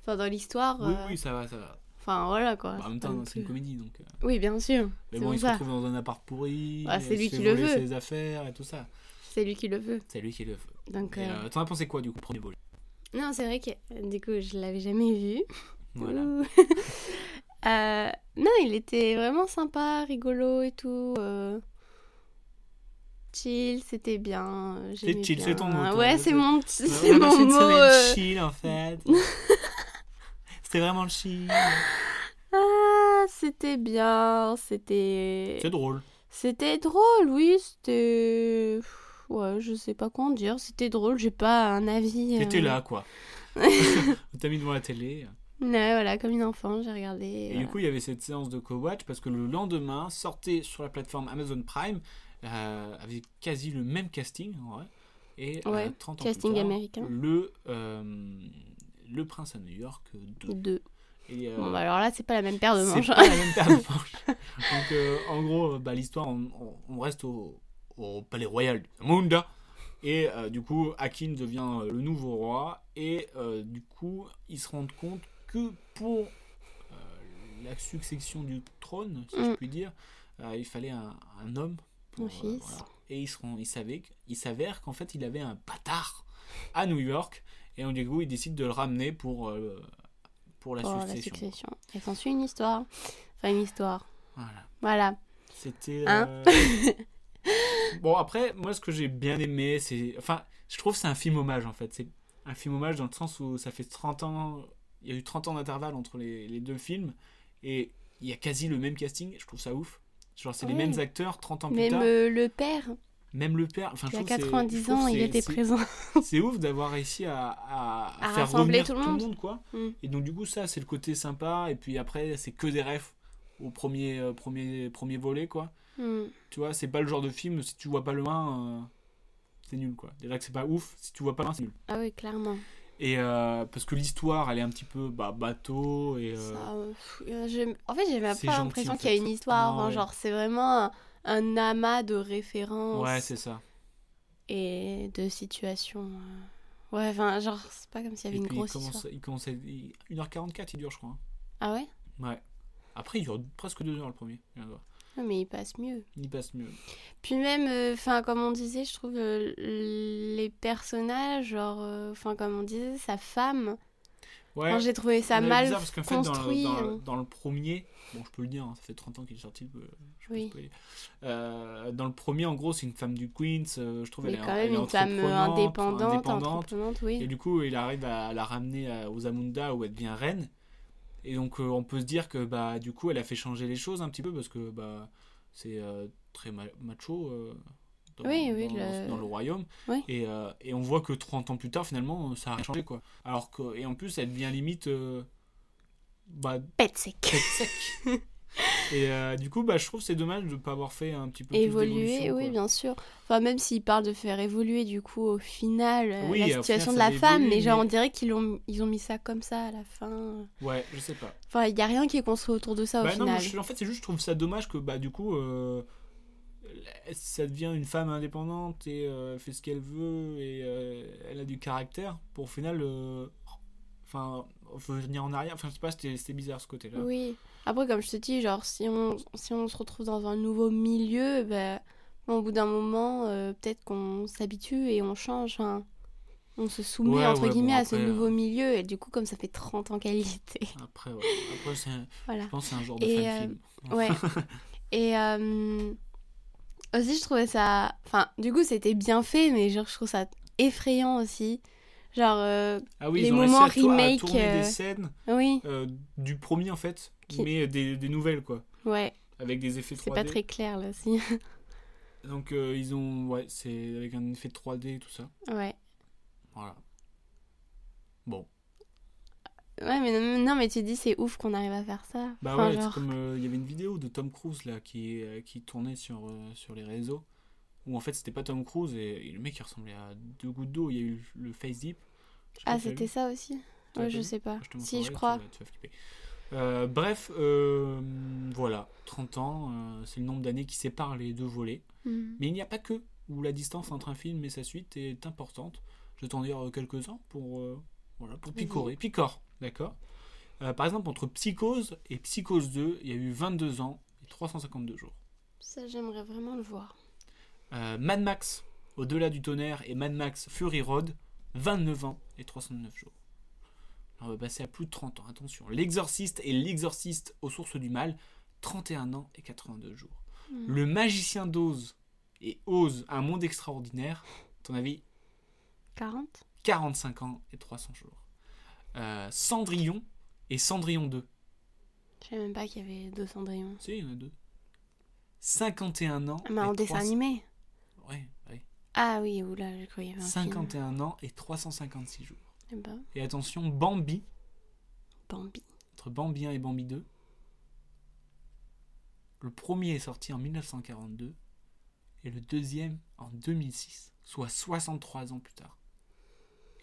Speaker 4: enfin, dans l'histoire.
Speaker 3: Oui,
Speaker 4: euh,
Speaker 3: oui, ça va, ça va.
Speaker 4: Enfin, voilà quoi.
Speaker 3: Bah, en même
Speaker 4: pas
Speaker 3: temps,
Speaker 4: non
Speaker 3: c'est une
Speaker 4: plus-
Speaker 3: comédie, donc. euh,
Speaker 4: Oui, bien sûr.
Speaker 3: Mais
Speaker 4: C'est
Speaker 3: bon,
Speaker 4: pour
Speaker 3: il se
Speaker 4: ça.
Speaker 3: retrouve dans un appart pourri.
Speaker 4: Ah, c'est
Speaker 3: il
Speaker 4: lui
Speaker 3: se fait
Speaker 4: qui le
Speaker 3: voler
Speaker 4: veut.
Speaker 3: ses affaires et tout ça.
Speaker 4: C'est lui qui le veut.
Speaker 3: C'est lui qui le veut.
Speaker 4: Donc,
Speaker 3: Et,
Speaker 4: euh,
Speaker 3: euh, T'en as pensé quoi du coup, premier vol
Speaker 4: Non, c'est vrai que euh, du coup, je l'avais jamais vu.
Speaker 3: Voilà.
Speaker 4: Ouh. Euh, non, il était vraiment sympa, rigolo et tout. euh, Chill, c'était bien. euh,
Speaker 3: C'est
Speaker 4: j'aimais
Speaker 3: chill,
Speaker 4: bien.
Speaker 3: c'est ton mot, toi. bah,
Speaker 4: Ouais, c'est
Speaker 3: C'est-
Speaker 4: mon, petit- c'est
Speaker 3: On a
Speaker 4: mon
Speaker 3: passé une
Speaker 4: mot.
Speaker 3: semaine
Speaker 4: euh,
Speaker 3: chill en fait. C'était vraiment chill.
Speaker 4: Ah, c'était bien, c'était.
Speaker 3: C'est drôle.
Speaker 4: C'était drôle, oui, c'était. Pff, Ouais, je sais pas comment dire, c'était drôle, j'ai pas un avis.
Speaker 3: T'étais
Speaker 4: euh,
Speaker 3: là quoi. On t'a mis devant la télé.
Speaker 4: Ouais, voilà, comme une enfant, j'ai regardé.
Speaker 3: Et
Speaker 4: voilà.
Speaker 3: du coup, il y avait cette séance de co-watch parce que le lendemain sortait sur la plateforme Amazon Prime euh, avec quasi le même casting. en vrai. Et euh,
Speaker 4: Ouais,
Speaker 3: 30 ans
Speaker 4: casting
Speaker 3: plus tard,
Speaker 4: américain.
Speaker 3: Le, euh, le Prince à New York 2.
Speaker 4: Deux.
Speaker 3: Et, euh,
Speaker 4: Bon, bah alors là, c'est pas la même paire de
Speaker 3: c'est
Speaker 4: manches.
Speaker 3: pas la même paire de manches. Donc, euh, en gros, euh, bah, l'histoire, on, on- on reste au, au palais royal de Munda. Et euh, du coup, Hakim devient euh, le nouveau roi. Et euh, du coup, ils se rendent compte que pour euh, la succession du trône, si je
Speaker 4: Mm.
Speaker 3: puis dire, euh, il fallait un, un homme. pour, euh,
Speaker 4: Un fils.
Speaker 3: Et ils, se rend- ils savaient qu- il s'avère qu'en fait, il avait un bâtard à New York. Et donc, du coup, ils décident de le ramener pour, euh, pour la
Speaker 4: pour la
Speaker 3: succession.
Speaker 4: succession. Et s'ensuit une histoire. Enfin, une histoire.
Speaker 3: Voilà.
Speaker 4: Voilà.
Speaker 3: C'était.
Speaker 4: Hein
Speaker 3: euh, bon, après, moi, ce que j'ai bien aimé, c'est. Enfin, je trouve que c'est un film hommage, en fait. C'est un film hommage dans le sens où ça fait 30 ans. Il y a eu 30 ans d'intervalle entre les, les deux films. Et il y a quasi le même casting. Je trouve ça ouf. Genre, c'est les
Speaker 4: Oui.
Speaker 3: mêmes acteurs 30 ans plus
Speaker 4: Même
Speaker 3: tard.
Speaker 4: euh, le père,
Speaker 3: Même le père. Enfin, je
Speaker 4: il a
Speaker 3: trouve que c'est-
Speaker 4: 90
Speaker 3: je trouve
Speaker 4: ans,
Speaker 3: que
Speaker 4: il
Speaker 3: c'est-
Speaker 4: était
Speaker 3: c'est-
Speaker 4: présent.
Speaker 3: c'est ouf d'avoir réussi à, à- à
Speaker 4: À
Speaker 3: faire
Speaker 4: rassembler
Speaker 3: revenir tout le monde, quoi.
Speaker 4: Mm.
Speaker 3: Et donc du coup ça c'est le côté sympa et puis après c'est que des refs au premier euh, premier premier volet quoi.
Speaker 4: Hmm.
Speaker 3: Tu vois c'est pas le genre de film si tu vois pas le 1 euh, c'est nul quoi. Déjà que c'est pas ouf si tu vois pas le 1 c'est nul.
Speaker 4: Ah oui, clairement.
Speaker 3: Et euh, parce que l'histoire elle est un petit peu bah, bateau et euh,
Speaker 4: Ça, euh, pff, euh, j'ai- en fait, j'ai même
Speaker 3: c'est
Speaker 4: pas
Speaker 3: gentil,
Speaker 4: l'impression
Speaker 3: en
Speaker 4: qu'il y a
Speaker 3: fait.
Speaker 4: une histoire.
Speaker 3: Non,
Speaker 4: hein,
Speaker 3: ouais.
Speaker 4: Genre, c'est vraiment un, un amas de références
Speaker 3: ouais c'est ça.
Speaker 4: et de situations. euh. Ouais, enfin, genre, c'est pas comme s'il y
Speaker 3: Et
Speaker 4: avait une
Speaker 3: puis il
Speaker 4: grosse
Speaker 3: commence,
Speaker 4: histoire.
Speaker 3: il commence à- il- 1h44 il dure je crois. hein.
Speaker 4: Ah ouais
Speaker 3: Ouais. Après il dure presque 2 heures le premier. Il y en a.
Speaker 4: Non, mais il passe mieux.
Speaker 3: Il passe mieux.
Speaker 4: Puis même, euh, enfin, comme on disait, je trouve euh, les personnages, genre, euh, enfin, comme on disait, sa femme.
Speaker 3: Ouais.
Speaker 4: Enfin, j'ai trouvé ça
Speaker 3: Ouais,
Speaker 4: mal
Speaker 3: bizarre, parce qu'en fait, dans le-
Speaker 4: construit.
Speaker 3: dans le,
Speaker 4: hein.
Speaker 3: dans le premier, bon, je peux le dire, hein, ça fait 30 ans qu'il est sorti. euh, je peux
Speaker 4: Oui.
Speaker 3: spoiler. Euh, dans le premier, en gros, c'est une femme du Queens. euh, je trouve
Speaker 4: Mais
Speaker 3: elle est-
Speaker 4: quand
Speaker 3: elle
Speaker 4: même
Speaker 3: est
Speaker 4: une femme euh,
Speaker 3: entreprenante,
Speaker 4: indépendante,
Speaker 3: indépendante.
Speaker 4: entreprenante,
Speaker 3: Et
Speaker 4: oui.
Speaker 3: du coup, il arrive à la ramener à- aux Amunda où elle devient reine. Et donc, euh, on peut se dire que bah, du coup, elle a fait changer les choses un petit peu parce que bah, c'est euh, très ma- macho euh, dans,
Speaker 4: Oui, oui,
Speaker 3: dans-
Speaker 4: le-
Speaker 3: dans le royaume.
Speaker 4: Oui.
Speaker 3: Et, euh, et on voit que 30 ans plus tard, finalement, ça a changé. Quoi. Alors que, et en plus, elle devient limite euh, bah,
Speaker 4: Pète sec.
Speaker 3: tête sec. et euh, du coup, bah, je trouve que c'est dommage de ne pas avoir fait un petit peu plus
Speaker 4: Évoluer,
Speaker 3: d'évolution,
Speaker 4: oui,
Speaker 3: quoi.
Speaker 4: bien sûr. Enfin, même s'il parle de faire évoluer, du coup, au final, euh,
Speaker 3: Oui, au
Speaker 4: la
Speaker 3: final,
Speaker 4: situation
Speaker 3: ça
Speaker 4: de la
Speaker 3: va
Speaker 4: femme,
Speaker 3: évoluer,
Speaker 4: mais genre,
Speaker 3: mais-
Speaker 4: on dirait qu'ils ont, ils ont mis ça comme ça à la fin. euh.
Speaker 3: Ouais, je sais pas.
Speaker 4: Enfin, il n'y a rien qui est construit autour de ça au
Speaker 3: Bah non,
Speaker 4: final.
Speaker 3: moi, je- en fait, c'est juste, je trouve ça dommage que bah, du coup, euh, ça devient une femme indépendante et euh, elle fait ce qu'elle veut et euh, elle a du caractère pour au final. euh, Enfin, faut venir en arrière. Enfin, je sais pas, c'était c'était bizarre ce côté-là.
Speaker 4: Oui. Après, comme je te dis, genre, si on, si on se retrouve dans un nouveau milieu, bah, bon, au bout d'un moment, euh, peut-être qu'on s'habitue et on change. hein. On se soumet,
Speaker 3: Ouais,
Speaker 4: entre
Speaker 3: ouais, bon,
Speaker 4: guillemets, à ce
Speaker 3: après, euh,
Speaker 4: nouveau milieu. Et du coup, comme ça fait 30 ans qu'elle y était.
Speaker 3: Après, ouais. Après c'est un-
Speaker 4: Voilà.
Speaker 3: je pense que c'est un genre de
Speaker 4: Et,
Speaker 3: fan film.
Speaker 4: Ouais. et, euh, Aussi, je trouvais ça. Enfin, du coup, c'était bien fait, mais genre, je trouve ça effrayant aussi. Genre, euh,
Speaker 3: Ah oui,
Speaker 4: Les
Speaker 3: ils ont réussi
Speaker 4: moments
Speaker 3: à to- à
Speaker 4: remake,
Speaker 3: tourner
Speaker 4: euh,
Speaker 3: des scènes
Speaker 4: oui,
Speaker 3: euh, du premier en fait,
Speaker 4: Qui-
Speaker 3: mais des, des nouvelles quoi,
Speaker 4: ouais,
Speaker 3: avec des effets 3D.
Speaker 4: c'est pas très clair là, si.
Speaker 3: Donc euh, ils ont, ouais, c'est avec un effet de 3D et tout ça.
Speaker 4: ouais.
Speaker 3: Voilà. Bon,
Speaker 4: Ouais, mais non, non, mais tu dis, c'est ouf qu'on arrive à faire ça.
Speaker 3: bah
Speaker 4: Enfin,
Speaker 3: ouais,
Speaker 4: genre,
Speaker 3: c'est comme euh, il y avait une vidéo de Tom Cruise là qui euh, qui tournait sur euh, sur les réseaux où en fait c'était pas Tom Cruise et, et le mec il ressemblait à deux gouttes d'eau. Il y a eu le face dip. Je sais pas
Speaker 4: Ah,
Speaker 3: si t'as vu.
Speaker 4: c'était ça
Speaker 3: Tu l'as
Speaker 4: aussi Ouais,
Speaker 3: pas
Speaker 4: je
Speaker 3: vu
Speaker 4: sais pas.
Speaker 3: Je te
Speaker 4: si,
Speaker 3: montrerai,
Speaker 4: je
Speaker 3: tu
Speaker 4: crois.
Speaker 3: vas- tu vas flipper. Euh, bref, euh, voilà, 30 ans, euh, c'est le nombre d'années qui séparent les deux volets.
Speaker 4: Mhm.
Speaker 3: Mais il n'y a pas que où la distance entre un film et sa suite est importante. Je vais t'en dire euh, quelques-uns pour, euh, voilà, pour
Speaker 4: Vas-y.
Speaker 3: picorer. Picore, d'accord Euh, Par exemple, entre Psychose et Psychose 2, il y a eu 22 ans et 352 jours.
Speaker 4: Ça, j'aimerais vraiment le voir.
Speaker 3: Euh, Mad Max, Au-delà du tonnerre et Mad Max Fury Road, 29 ans et 309 jours. On va passer à plus de 30 ans, attention. L'Exorciste et l'Exorciste aux sources du mal, 31 ans et 82 jours.
Speaker 4: Mm.
Speaker 3: Le Magicien d'Oz et Oz, un monde extraordinaire, ton avis
Speaker 4: 40
Speaker 3: 45 ans et 300 jours. Euh, Cendrillon et Cendrillon 2,
Speaker 4: Je savais même pas qu'il y avait deux Cendrillon.
Speaker 3: si, il y en a deux. 51 ans.
Speaker 4: Ah, mais en
Speaker 3: et
Speaker 4: dessin
Speaker 3: 300
Speaker 4: animé
Speaker 3: Ouais, ouais.
Speaker 4: Ah oui, oula, je croyais.
Speaker 3: 51 ans et 356 jours.
Speaker 4: Eh ben,
Speaker 3: Et attention, Bambi,
Speaker 4: Bambi.
Speaker 3: entre Bambi 1 et Bambi 2. Le premier est sorti en 1942 et le deuxième en 2006, soit 63 ans plus tard.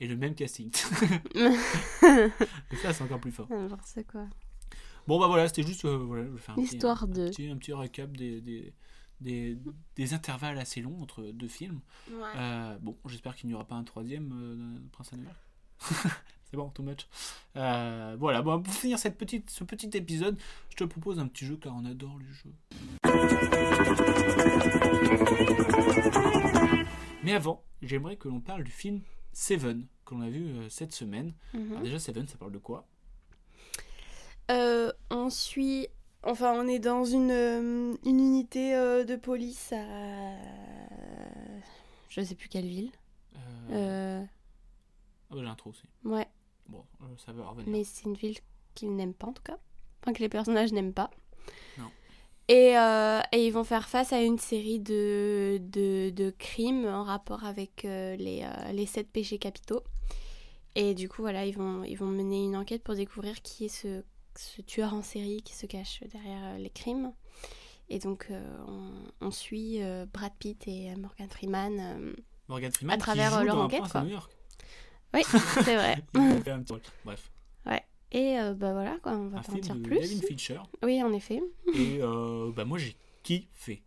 Speaker 3: Et le même casting. et ça, c'est encore plus fort.
Speaker 4: N'importe quoi.
Speaker 3: Bon, bah voilà, c'était juste. euh, voilà, je vais faire un petit-
Speaker 4: L'histoire
Speaker 3: un
Speaker 4: de.
Speaker 3: petit, un petit récap des, des, des, des intervalles assez longs entre deux films.
Speaker 4: Ouais.
Speaker 3: Euh, bon, j'espère qu'il n'y aura pas un troisième euh, de Prince Animal. C'est bon, too much. Euh, voilà, bon, pour finir cette petite, ce petit épisode, je te propose un petit jeu car on adore les jeux. Mais avant, j'aimerais que l'on parle du film Seven que l'on a vu euh, cette semaine.
Speaker 4: Mhm.
Speaker 3: Alors déjà, Seven, ça parle de quoi
Speaker 4: Euh, on suit. Enfin, on est dans une, euh, une unité euh, de police à. Je sais plus quelle ville.
Speaker 3: Euh,
Speaker 4: Euh,
Speaker 3: ah bah, J'ai un trou aussi.
Speaker 4: ouais,
Speaker 3: Bon, euh, ça va revenir.
Speaker 4: mais c'est une ville qu'ils n'aiment pas en tout cas. Enfin, que les personnages n'aiment pas.
Speaker 3: Non.
Speaker 4: Et, euh, et ils vont faire face à une série de, de, de crimes en rapport avec euh, les, euh, les sept péchés capitaux. Et du coup, voilà, ils vont, ils vont mener une enquête pour découvrir qui est ce, ce tueur en série qui se cache derrière euh, les crimes. Et donc, euh, on, on suit euh, Brad Pitt et euh, Morgan Freeman. euh,
Speaker 3: Morgan Freeman,
Speaker 4: à
Speaker 3: qui
Speaker 4: travers,
Speaker 3: joue
Speaker 4: euh, leur
Speaker 3: dans Un
Speaker 4: enquête,
Speaker 3: Prince
Speaker 4: quoi.
Speaker 3: à New York.
Speaker 4: Oui, c'est vrai.
Speaker 3: Il fait un petit rôle. Bref,
Speaker 4: Et euh, bah voilà, quoi, on va
Speaker 3: un
Speaker 4: pas en
Speaker 3: film
Speaker 4: dire
Speaker 3: de
Speaker 4: plus.
Speaker 3: David Fincher.
Speaker 4: Oui, en effet.
Speaker 3: Et euh, bah moi j'ai kiffé.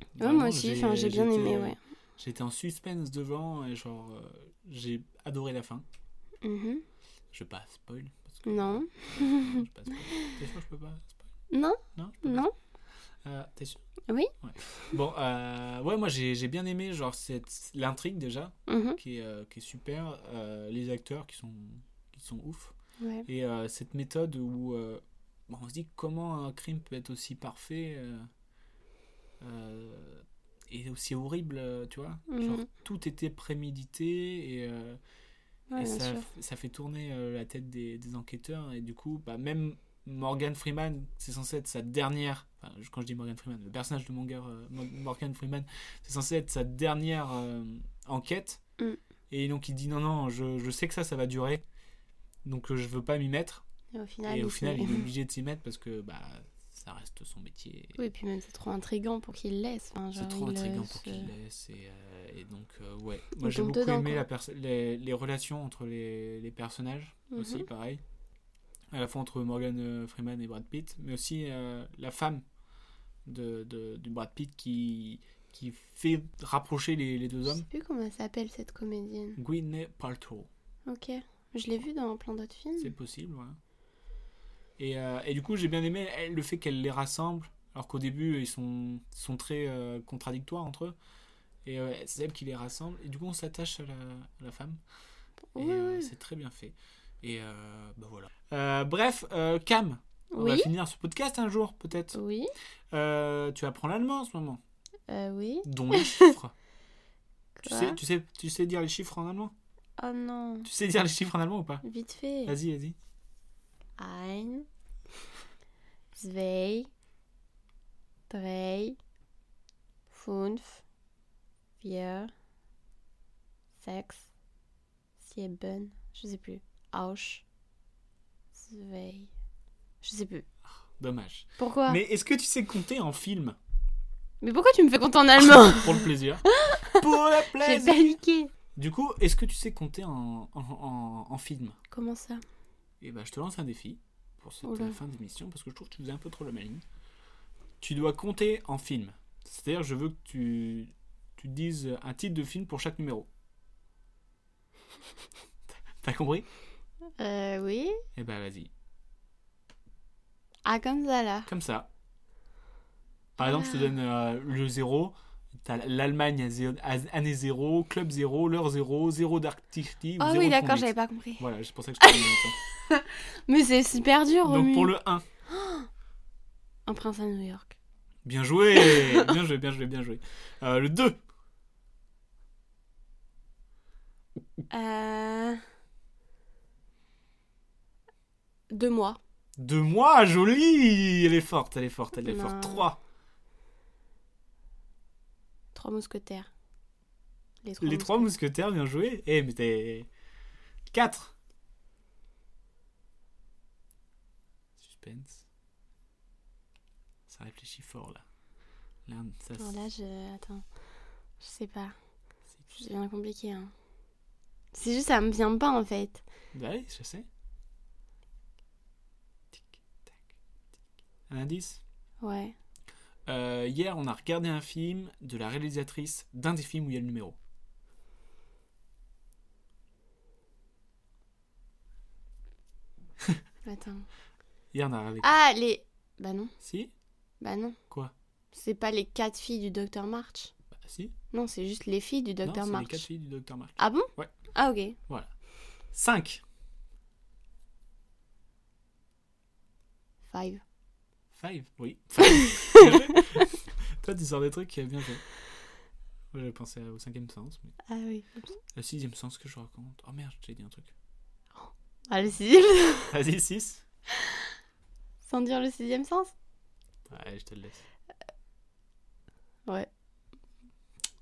Speaker 4: Ouais,
Speaker 3: Vraiment,
Speaker 4: moi aussi, enfin, j'ai bien
Speaker 3: j'étais- euh,
Speaker 4: aimé, ouais.
Speaker 3: J'étais en suspense devant et genre euh, j'ai adoré la fin.
Speaker 4: Mhm.
Speaker 3: Je vais pas spoil. Parce que
Speaker 4: Non.
Speaker 3: Je vais pas spoil. T'es sûr que je peux pas spoil
Speaker 4: Non,
Speaker 3: Non, je peux pas
Speaker 4: non.
Speaker 3: Euh, T'es sûr
Speaker 4: Oui.
Speaker 3: Ouais. Bon, euh, ouais, moi j'ai j'ai bien aimé genre cette l'intrigue déjà
Speaker 4: Mhm.
Speaker 3: qui est, euh, qui est super, euh, les acteurs qui sont qui sont ouf
Speaker 4: Ouais.
Speaker 3: et euh, cette méthode où euh, bon, on se dit comment un crime peut être aussi parfait euh, euh, et aussi horrible, euh, tu vois. Genre,
Speaker 4: Mhm.
Speaker 3: tout était prémédité et, euh,
Speaker 4: Ouais,
Speaker 3: et
Speaker 4: bien
Speaker 3: ça,
Speaker 4: sûr.
Speaker 3: ça fait tourner euh, la tête des, des enquêteurs. Et du coup, bah, même Morgan Freeman, c'est censé être sa dernière. enfin, je- quand je dis Morgan Freeman, le personnage de Monger- euh, Mo- Morgan Freeman, c'est censé être sa dernière euh, enquête.
Speaker 4: Mm.
Speaker 3: Et donc il dit non, non, je, je sais que ça, ça va durer. Donc euh, je veux pas m'y mettre.
Speaker 4: Et au final,
Speaker 3: et au
Speaker 4: il
Speaker 3: final,
Speaker 4: s'est-
Speaker 3: il est obligé de s'y mettre parce que bah, ça reste son métier.
Speaker 4: Oui, puis même c'est trop intriguant pour qu'il le laisse. Enfin,
Speaker 3: C'est
Speaker 4: genre,
Speaker 3: trop
Speaker 4: il, euh,
Speaker 3: intriguant pour
Speaker 4: se-
Speaker 3: qu'il laisse. Et, euh, et donc, euh, ouais. Moi, j'ai
Speaker 4: tombe
Speaker 3: beaucoup
Speaker 4: dedans,
Speaker 3: aimé
Speaker 4: quoi.
Speaker 3: la perso- les, les relations entre les, les personnages aussi,
Speaker 4: Mhm.
Speaker 3: pareil. À la fois entre Morgan euh, Freeman et Brad Pitt, mais aussi euh, la femme de, de, de Brad Pitt qui, qui fait rapprocher les, les deux
Speaker 4: Je
Speaker 3: hommes.
Speaker 4: sais plus comment elle s'appelle cette comédienne.
Speaker 3: Gwyneth Paltrow,
Speaker 4: Ok. Je l'ai vue dans plein d'autres
Speaker 3: c'est
Speaker 4: films.
Speaker 3: possible, ouais. Et, euh, et du coup, j'ai bien aimé elle, le fait qu'elle les rassemble, alors qu'au début, ils sont, sont très euh, contradictoires entre eux. Et euh, c'est elle qui les rassemble. Et du coup, on s'attache à la, à la femme. Et
Speaker 4: Oui,
Speaker 3: euh,
Speaker 4: oui.
Speaker 3: c'est très bien fait. Et euh, bah voilà. Euh, bref, euh, Cam, on va
Speaker 4: Oui.
Speaker 3: finir ce podcast un jour, peut-être.
Speaker 4: Oui.
Speaker 3: Euh, tu apprends l'allemand en ce moment.
Speaker 4: Euh, oui.
Speaker 3: dont les chiffres. tu,
Speaker 4: Quoi
Speaker 3: sais, tu, sais, tu sais dire les chiffres en allemand
Speaker 4: Oh non.
Speaker 3: Tu sais dire les chiffres en allemand ou pas
Speaker 4: Vite fait.
Speaker 3: Vas-y, vas-y.
Speaker 4: Ein, zwei, drei, fünf, vier, sechs, sieben, je sais plus. Auch, zwei, je sais plus.
Speaker 3: Dommage.
Speaker 4: Pourquoi
Speaker 3: Mais est-ce que tu sais compter en film
Speaker 4: Mais pourquoi tu me fais compter en allemand
Speaker 3: Pour le plaisir. Pour le
Speaker 4: J'ai
Speaker 3: plaisir
Speaker 4: paniqué.
Speaker 3: Du coup, est-ce que tu sais compter en, en, en- en film
Speaker 4: Comment ça
Speaker 3: Eh ben, je te lance un défi pour cette
Speaker 4: Oula.
Speaker 3: euh, fin d'émission parce que je trouve que tu faisais un peu trop la maligne. Tu dois compter en film. C'est-à-dire, je veux que tu, tu dises un titre de film pour chaque numéro. T'as compris
Speaker 4: Euh, oui.
Speaker 3: Eh ben, vas-y.
Speaker 4: Ah, comme ça là.
Speaker 3: Comme ça. Par exemple, je
Speaker 4: Ah.
Speaker 3: te donne euh, le 0. T'as l'Allemagne à zé- à année 0, club 0, l'heure 0, 0 d'Arcticity. ou
Speaker 4: Oh
Speaker 3: zéro
Speaker 4: oui,
Speaker 3: de
Speaker 4: d'accord,
Speaker 3: convict.
Speaker 4: j'avais pas compris.
Speaker 3: Voilà, c'est pour ça que je te donne ça.
Speaker 4: Mais c'est super dur,
Speaker 3: Donc
Speaker 4: Romu.
Speaker 3: pour le 1,
Speaker 4: Un prince à New York.
Speaker 3: bien joué, bien joué, bien joué, bien joué. Euh, le 2,
Speaker 4: Euh... Deux mois.
Speaker 3: deux mois, jolie Elle est forte, elle est forte, elle est
Speaker 4: Non.
Speaker 3: forte. 3,
Speaker 4: Trois mousquetaires. Les
Speaker 3: les trois mousquetaires, bien joué. Eh, mais t'es... 4. Suspense. Ça réfléchit fort, là. Là, ça...
Speaker 4: mousquetaires. Alors là, je... Attends. Je sais pas. C'est bien compliqué, hein. C'est juste, ça me vient pas, en fait.
Speaker 3: Bah oui, je sais. Tic, tac, tic. Un indice
Speaker 4: Ouais.
Speaker 3: Euh, hier, on a regardé un film de la réalisatrice d'un des films où il y a le numéro.
Speaker 4: Attends.
Speaker 3: Hier, on a regardé.
Speaker 4: Ah, les... Bah non.
Speaker 3: Si
Speaker 4: Bah non.
Speaker 3: Quoi
Speaker 4: C'est pas les quatre filles du Docteur March.
Speaker 3: Bah, si.
Speaker 4: Non, c'est juste les filles du
Speaker 3: non,
Speaker 4: Docteur
Speaker 3: c'est les
Speaker 4: March.
Speaker 3: quatre filles du Dr. March.
Speaker 4: Ah bon
Speaker 3: Ouais.
Speaker 4: Ah, ok.
Speaker 3: 5.
Speaker 4: Five.
Speaker 3: 5 Oui. Five. Toi, tu sors des trucs qui bien joué. Moi, j'avais pensé au cinquième sens. Mais...
Speaker 4: Ah oui.
Speaker 3: Le sixième sens que je raconte. Oh merde, j'ai dit un truc.
Speaker 4: Ah, le sixième...
Speaker 3: Vas-y, 6.
Speaker 4: Sans dire le sixième sens
Speaker 3: Ouais, je te le laisse.
Speaker 4: Euh, Ouais.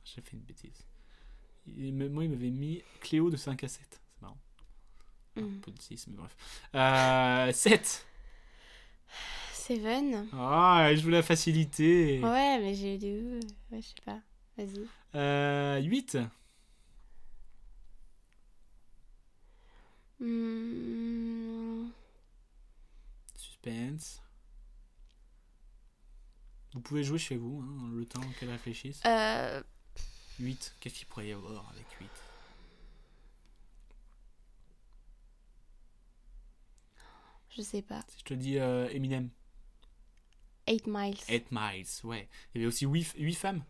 Speaker 3: J'ai fait une bêtise. Il- me- moi, il m'avait mis Cléo de 5 à 7. C'est marrant. Un
Speaker 4: Mm.
Speaker 3: peu de 6, mais bref. Euh, 7.
Speaker 4: Seven
Speaker 3: Ah, je vous la facilité.
Speaker 4: Ouais, mais j'ai eu des... euh, Ouais, je sais pas. Vas-y.
Speaker 3: Euh, 8.
Speaker 4: Hmm,
Speaker 3: Suspense. Vous pouvez jouer chez vous, hein, le temps qu'elle réfléchisse.
Speaker 4: euh,
Speaker 3: 8. Qu'est-ce qu'il pourrait y avoir avec 8
Speaker 4: je sais pas.
Speaker 3: Si je te dis euh, Eminem,
Speaker 4: 8 miles.
Speaker 3: 8 Miles, ouais. Il y avait aussi 8, femmes.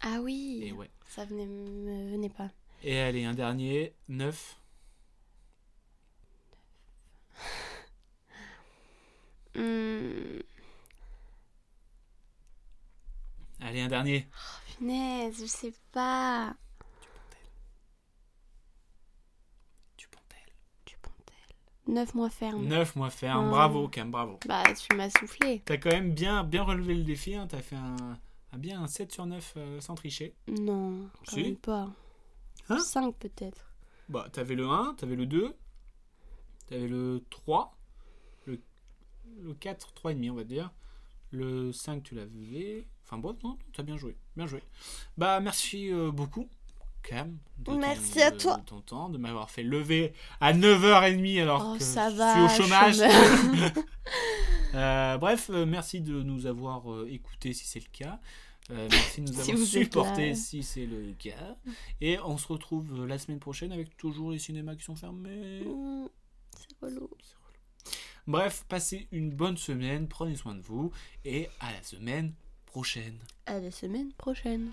Speaker 4: Ah oui
Speaker 3: Et ouais.
Speaker 4: Ça venait, me venait pas.
Speaker 3: Et allez, un dernier, 9.
Speaker 4: Hmm,
Speaker 3: Allez, un dernier.
Speaker 4: punaise, je sais pas.
Speaker 3: Dupontel.
Speaker 4: Dupontel. 9 mois ferme.
Speaker 3: 9 mois ferme.
Speaker 4: Ah.
Speaker 3: Bravo, Cam, bravo.
Speaker 4: Bah, tu m'as soufflé.
Speaker 3: T'as quand même bien, bien relevé le défi. Hein. T'as fait un, un bien un 7 sur 9 euh, sans tricher.
Speaker 4: Non, quand
Speaker 3: Si.
Speaker 4: même pas.
Speaker 3: Hein
Speaker 4: 5 peut-être.
Speaker 3: Bah, t'avais le 1, t'avais le 2, t'avais le 3, le, le 4, 3,5 on va dire. Le 5, tu l'avais. Enfin bon, non, t'as bien joué. Bien joué. Bah, merci euh, beaucoup, Cam. de
Speaker 4: Merci à
Speaker 3: de-
Speaker 4: toi.
Speaker 3: De ton temps, de m'avoir fait lever à 9h30 alors
Speaker 4: Oh,
Speaker 3: que
Speaker 4: ça
Speaker 3: je
Speaker 4: va,
Speaker 3: suis au chômage.
Speaker 4: chômeur.
Speaker 3: Euh, bref, euh, merci de nous avoir euh, écoutés si c'est le cas. Euh, merci de nous
Speaker 4: Si
Speaker 3: avoir
Speaker 4: vous êtes
Speaker 3: supportés
Speaker 4: là.
Speaker 3: si c'est le cas. Et on se retrouve euh, la semaine prochaine avec toujours les cinémas qui sont fermés.
Speaker 4: Hmm, C'est relou.
Speaker 3: Bref, passez une bonne semaine, prenez soin de vous et à la semaine prochaine.
Speaker 4: À Ah, la semaine prochaine.